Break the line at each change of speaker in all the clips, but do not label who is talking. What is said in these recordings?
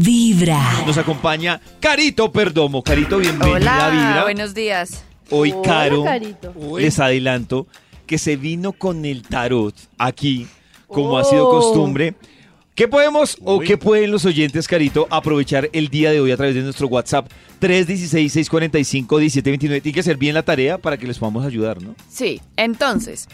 Vibra.
Nos acompaña Carito Perdomo. Carito, bienvenida a
Hola,
Vibra.
buenos días.
Hoy
Hola,
Caro,
Carito.
Uy. les adelanto que se vino con el tarot aquí, como ha
Oh.
sido costumbre. ¿Qué podemos o
Uy.
qué pueden los oyentes, Carito, aprovechar el día de hoy a través de nuestro WhatsApp 316-645-1729? Tiene que hacer bien la tarea para que les podamos ayudar, ¿no?
Sí, entonces,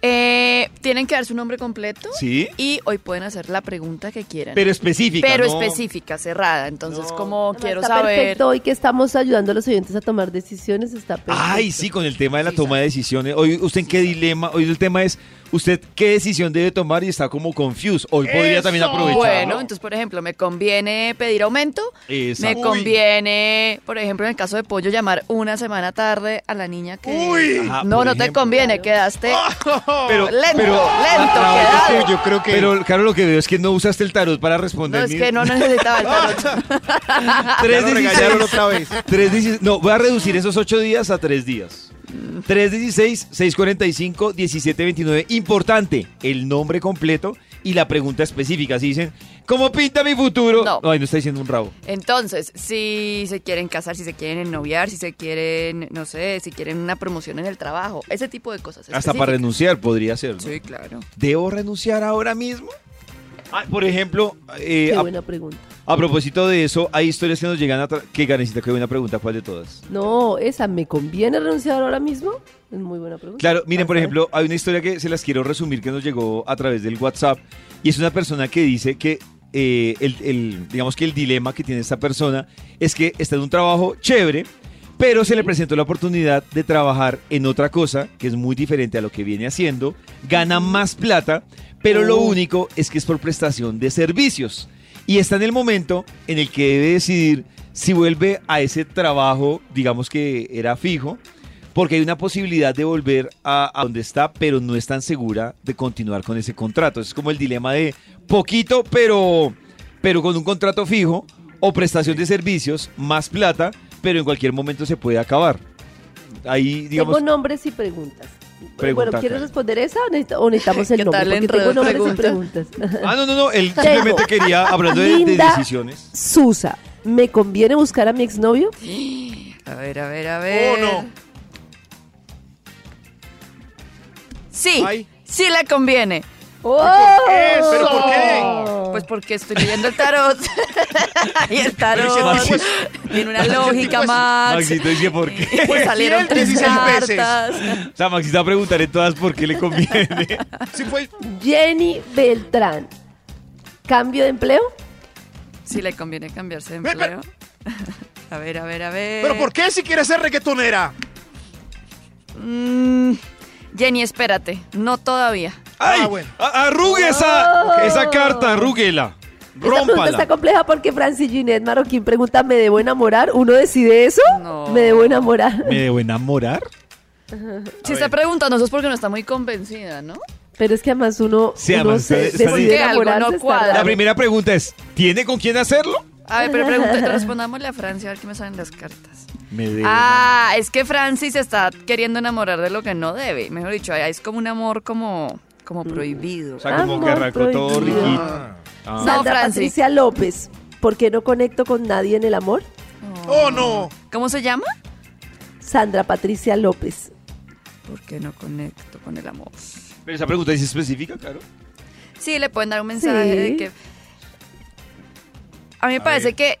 eh, tienen que dar su nombre completo
Sí,
y hoy pueden hacer la pregunta que quieran.
pero específica.
Pero
¿no?
específica, cerrada. Entonces,
No.
como
Además,
quiero
está
saber.
perfecto hoy que estamos ayudando a los oyentes a tomar decisiones, está perfecto.
Ay, sí, con el tema de la
Pues, Sí,
toma de decisiones. Hoy, ¿usted en qué dilema? Hoy el tema es, ¿usted qué decisión debe tomar y está como confused? Hoy podría también aprovechar.
Bueno, entonces, por ejemplo, me conviene pedir aumento.
Exacto.
Me
Uy.
conviene, por ejemplo, en el caso de pollo, llamar una semana tarde a la niña que.
Ajá,
No,
por
no te
ejemplo. Ah,
conviene, quedaste
Pero, Ah,
lento,
pero-
lento, quedaste.
Yo creo que
ah, Pero, claro, lo que veo es que no usaste el tarot para
No,
responder.
es
mi-
que no necesitaba el tarot.
ya
Tres
lo
dieciséis.
regañaron otra vez.
Tres dieci- No, voy a reducir esos ocho días a tres días. 316-645-1729. Importante, el nombre completo y la pregunta específica. Si dicen, ¿cómo pinta mi futuro?
No.
Ay, no está diciendo un rabo.
Entonces, si se quieren casar, si se quieren ennoviar, si se quieren, no sé, si quieren una promoción en el trabajo, ese tipo de cosas.
Hasta para
específicas.
renunciar podría ser. ¿no?
Sí, claro.
¿Debo renunciar ahora mismo? Ah, por ejemplo, eh,
Qué
a,
buena pregunta.
a propósito de eso, hay historias que nos llegan a... tra- Qué Karencita, qué buena pregunta, ¿cuál de todas?
No, esa, ¿me conviene renunciar ahora mismo? Es muy buena pregunta.
Claro, miren, por
Vas a ver.
ejemplo, hay una historia que se las quiero resumir que nos llegó a través del WhatsApp y es una persona que dice que eh, el, el- digamos que el dilema que tiene esta persona es que está en un trabajo chévere, pero se le presentó la oportunidad de trabajar en otra cosa que es muy diferente a lo que viene haciendo, gana más plata, pero lo
Oh.
único es que es por prestación de servicios y está en el momento en el que debe decidir si vuelve a ese trabajo, digamos que era fijo, porque hay una posibilidad de volver a, a donde está, pero no es tan segura de continuar con ese contrato. Es como el dilema de poquito, pero, pero con un contrato fijo o prestación de servicios, más plata, pero en cualquier momento se puede acabar. Ahí, digamos,
Tengo nombres y preguntas.
Pregunta,
bueno, ¿quieres
Karen.
responder esa o, necesita- o necesitamos el
¿Qué
nombre?
tal el
Porque tengo
enredo de
nombres y preguntas.
Ah, no, no, no, él
Tengo.
simplemente quería, hablando de, de
Linda.
decisiones.
Susa, ¿me conviene buscar a mi exnovio?
A ver, a ver, a ver.
Oh, no.
Sí,
Ay.
sí le conviene.
¡Oh!
¡Eso! ¿Pero por qué?
Pues porque estoy leyendo el tarot. y el tarot
Maxi-
tiene una lógica más.
Maxito dice, ¿por qué?
Salieron
bien,
tres
16 veces.
cartas.
O sea, Maxito va a preguntar en todas por qué le conviene.
sí fue.
Jenny Beltrán, ¿cambio de empleo?
Sí le conviene cambiarse de
Ve, ve.
empleo. A ver, a ver, a ver.
Pero ¿por qué si quieres ser reggaetonera?
Mm, Jenny, espérate. No todavía.
¡Ay!
Ah, bueno.
a- Arrugue esa,
Oh.
esa carta, arrúguela.
Esta pregunta está
Rómpala.
compleja porque Francis Ginette Marroquín pregunta, ¿me debo enamorar? ¿Uno decide eso?
No.
¿Me debo enamorar?
¿Me debo enamorar?
Si está preguntando, eso es porque no está muy convencida, ¿no?
Pero es que además uno,
Sí,
uno
además,
se
está- está bien.
decide
Porque algo no
enamorarse, está
cuadra.
La
Claro.
raro.
primera pregunta es, ¿tiene con quién hacerlo?
A ver, pero pregunta, respondámosle a Francia a ver qué me salen las cartas.
Me debo.
Ah, es que Francis está queriendo enamorar de lo que no debe. Mejor dicho, ahí es como un amor como, como prohibido.
O sea, como que
Amor
arrancó todo
prohibido.
riquito. Ah.
No,
Sandra
Francis.
Patricia López, ¿por qué no conecto con nadie en el amor?
¡Oh, no!
¿Cómo se llama?
Sandra Patricia López.
Porque no conecto con el amor.
Pero esa pregunta es específica, claro.
Sí, le pueden dar un mensaje
Sí.
de que. A mí me
A
parece
ver.
que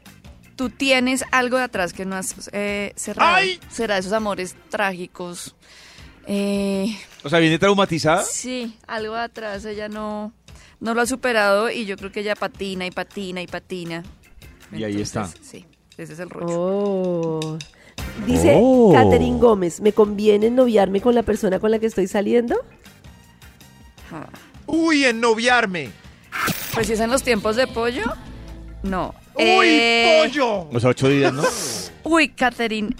tú tienes algo de atrás que no has eh, cerrado.
¡Ay!
Será esos amores trágicos. Eh,
O sea, viene traumatizada.
sí, algo de atrás ella no, no lo ha superado y yo creo que ella patina y patina y patina.
Y ahí está.
Sí, ese es el rollo.
Oh. Dice
Oh.
Catherine Gómez, ¿me conviene noviarme con la persona con la que estoy saliendo?
Ah.
¡Uy, ennoviarme!
Pues si es en los tiempos de pollo, no. Eh,
¡Uy, pollo!
O sea, ocho días, ¿no?
Uy, Catherine,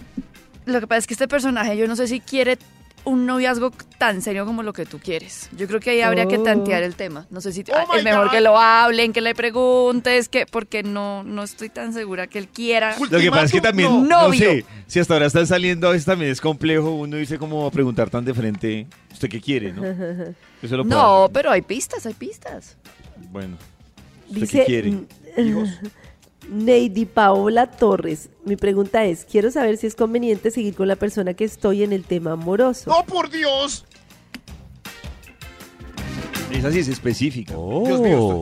lo que pasa es que este personaje yo no sé si quiere un noviazgo tan serio como lo que tú quieres. Yo creo que ahí habría que
Oh.
tantear el tema. No sé si ah,
Oh,
es
my
mejor
God.
que lo hablen, que le preguntes, que porque no no estoy tan segura que él quiera.
Lo que pasa es que también,
no.
no,
Novio.
sé, si hasta ahora están saliendo, a veces también es complejo. Uno dice como preguntar tan de frente, ¿usted qué quiere, no? Eso lo puedo
No,
hacer.
pero hay pistas, hay pistas.
Bueno. ¿Usted
Dice
qué quiere?
mm,
¿Hijos?
Neidy Paola Torres, mi pregunta es, quiero saber si es conveniente seguir con la persona que estoy en el tema amoroso.
¡Oh, por Dios!
Esa sí es específica.
Dios mío,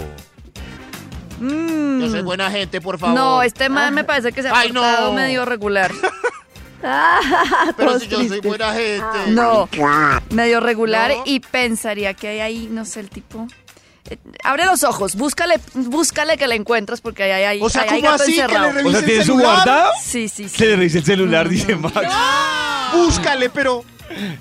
Mm.
Yo soy buena gente, por favor.
No, este man me parece que se ha
Ay, no.
portado medio regular.
Pero
Ah, Todos
si yo soy
tristes.
buena gente.
No, medio regular
No.
y pensaría que hay ahí, no sé, el tipo... Eh, abre los ojos, búscale, búscale que le encuentras porque ahí hay, hay,
O sea,
ahí hay
¿cómo
gato
así que le
encerrado.
revi-
O sea,
¿Revisa el
tiene su
celular?
guardado.
Sí, sí, sí.
Se le revisa el celular, dice Max.
Búscale, pero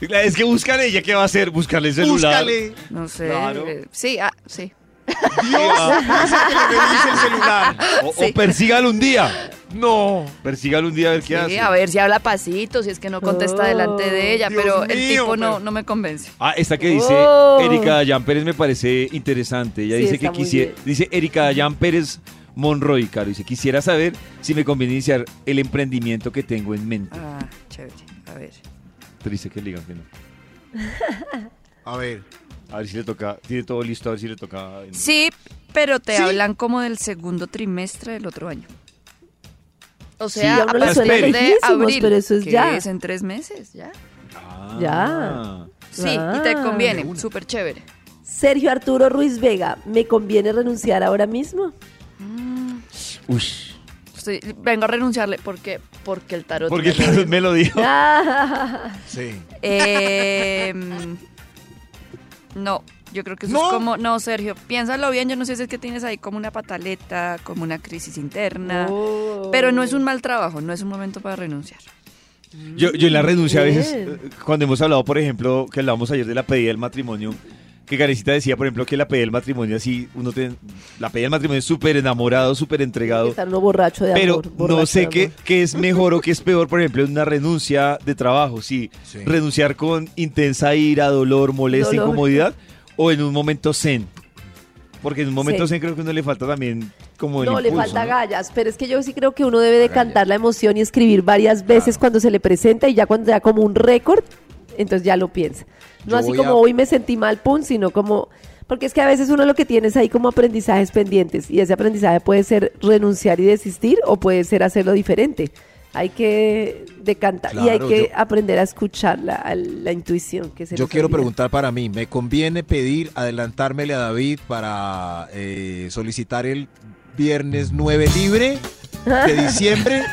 Es que búscale, ¿ya qué va a hacer? Buscarle el celular.
búscale.
No sé.
Claro.
eh, Sí, ah, sí.
Dios, hace que le revise el celular.
O, o
Sí.
persígalo un día.
No.
Persígalo un día a ver qué
Sí,
hace.
a ver si habla pasito, si es que no contesta
Oh.
delante de ella,
Dios
pero el
mío,
tipo
pero-
no, no me convence.
Ah, esta que dice
Oh.
Erika Dayan Pérez me parece interesante. Ella
Sí,
dice
está
que
muy
quisiera.
bien.
Dice Erika Dayan Pérez Monroy, Caro. Dice: Quisiera saber si me conviene iniciar el emprendimiento que tengo en mente.
Ah, chévere. A ver.
Triste que le digan que no.
A ver.
A ver si le toca. Tiene todo listo, a ver si le toca. en-
Sí, pero te
Sí.
hablan como del segundo trimestre del otro año. O
Sí,
sea,
a
a
uno le
partir
suena
de
lejísimos,
abril,
pero eso es
que
ya.
es en tres meses, ya.
Ah.
Ya.
Sí,
Ah.
y te
De
conviene,
una.
súper chévere.
Sergio Arturo Ruiz Vega, ¿me conviene renunciar ahora mismo?
Ush.
Estoy- vengo a renunciarle porque, porque el tarot.
Porque
me lo
me lo dijo.
Ah,
Sí.
Eh, mm, no, yo creo que eso
¿No?
es como. No, Sergio, piénsalo bien. Yo no sé si es que tienes ahí como una pataleta, como una crisis interna.
oh.
Pero no es un mal trabajo, no es un momento para renunciar.
Yo, yo en la renuncia a veces,
Mm, Bien.
eh, cuando hemos hablado, por ejemplo, que hablábamos ayer de la pedida del matrimonio, que Carecita decía, por ejemplo, que la pedida del matrimonio, así, uno tiene, la pedida del matrimonio es súper enamorado, súper entregado,
Está uno borracho de
pero
amor,
no
borracho de
sé qué,
amor.
qué es mejor o qué es peor, por ejemplo, una renuncia de trabajo, si
Sí.
renunciar con intensa ira, dolor, molestia,
Dolor.
incomodidad, o en un momento zen. Porque en un momento
Zen.
zen creo que uno le falta también como el
No, le
impulso,
falta
¿no?
gallas, pero es que yo sí creo que uno debe de
Agallas.
cantar la emoción y escribir varias veces cuando se le presenta y ya cuando ya como un récord, entonces ya lo piensa. No
Yo
así
voy
como
a-
hoy me sentí mal, pum, sino como... Porque es que a veces uno lo que tiene es ahí como aprendizajes pendientes y ese aprendizaje puede ser renunciar y desistir o puede ser hacerlo diferente. Hay que decantar y hay
Claro,
que
yo-
aprender a escuchar la, a la intuición que se
Yo
nos
quiero
olvida.
preguntar para mí, ¿me conviene pedir adelantármele a David para eh, solicitar el viernes 9 libre de diciembre?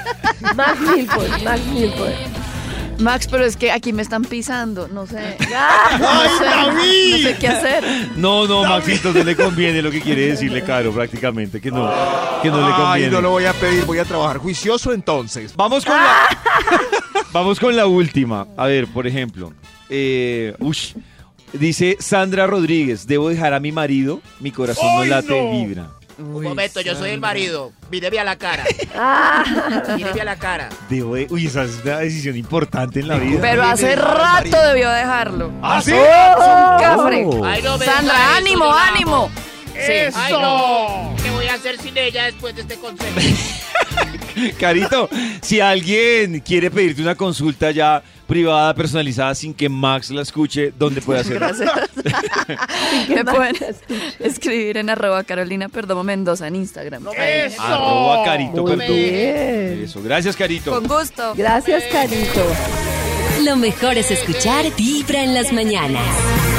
Max Milford, Max Milford.
Max, pero es que aquí me están pisando, no sé. Ah,
¡Ay,
no, sé
David!
no sé qué hacer.
No, no, Maxito, no le conviene lo que quiere decirle, Caro, prácticamente, que no, que no le conviene.
Ay, no lo voy a pedir, voy a trabajar juicioso entonces.
Vamos con la... Vamos con la última. A ver, por ejemplo, eh, ush, dice Sandra Rodríguez, debo dejar a mi marido, mi corazón no
¡Ay,
late,
no!
vibra.
Un momento, yo soy el marido. Míreme a la cara.
Ah.
Míreme a la cara.
Debo de- Uy, esa es una decisión importante en la vida.
Pero hace rato debió dejarlo.
¿Ah, sí?
Cafre.
Oh.
Oh.
Ay, no, me diga
Sandra,
eso,
ánimo,
yo la amo.
ánimo. Sí.
Ay, no. ¿Qué voy a hacer sin ella después de este consejo?
Carito, si alguien quiere pedirte una consulta ya privada, personalizada, sin que Max la escuche, ¿dónde puede hacerlo?
Gracias. Me
Max
pueden
la escucha.
escribir en arroba carolina perdomo mendoza en Instagram.
¡Eso!
Arroba Carito,
Muy
perdón.
bien.
Eso, gracias, Carito.
Con gusto.
Gracias, Carito.
Lo mejor es escuchar Vibra en las mañanas.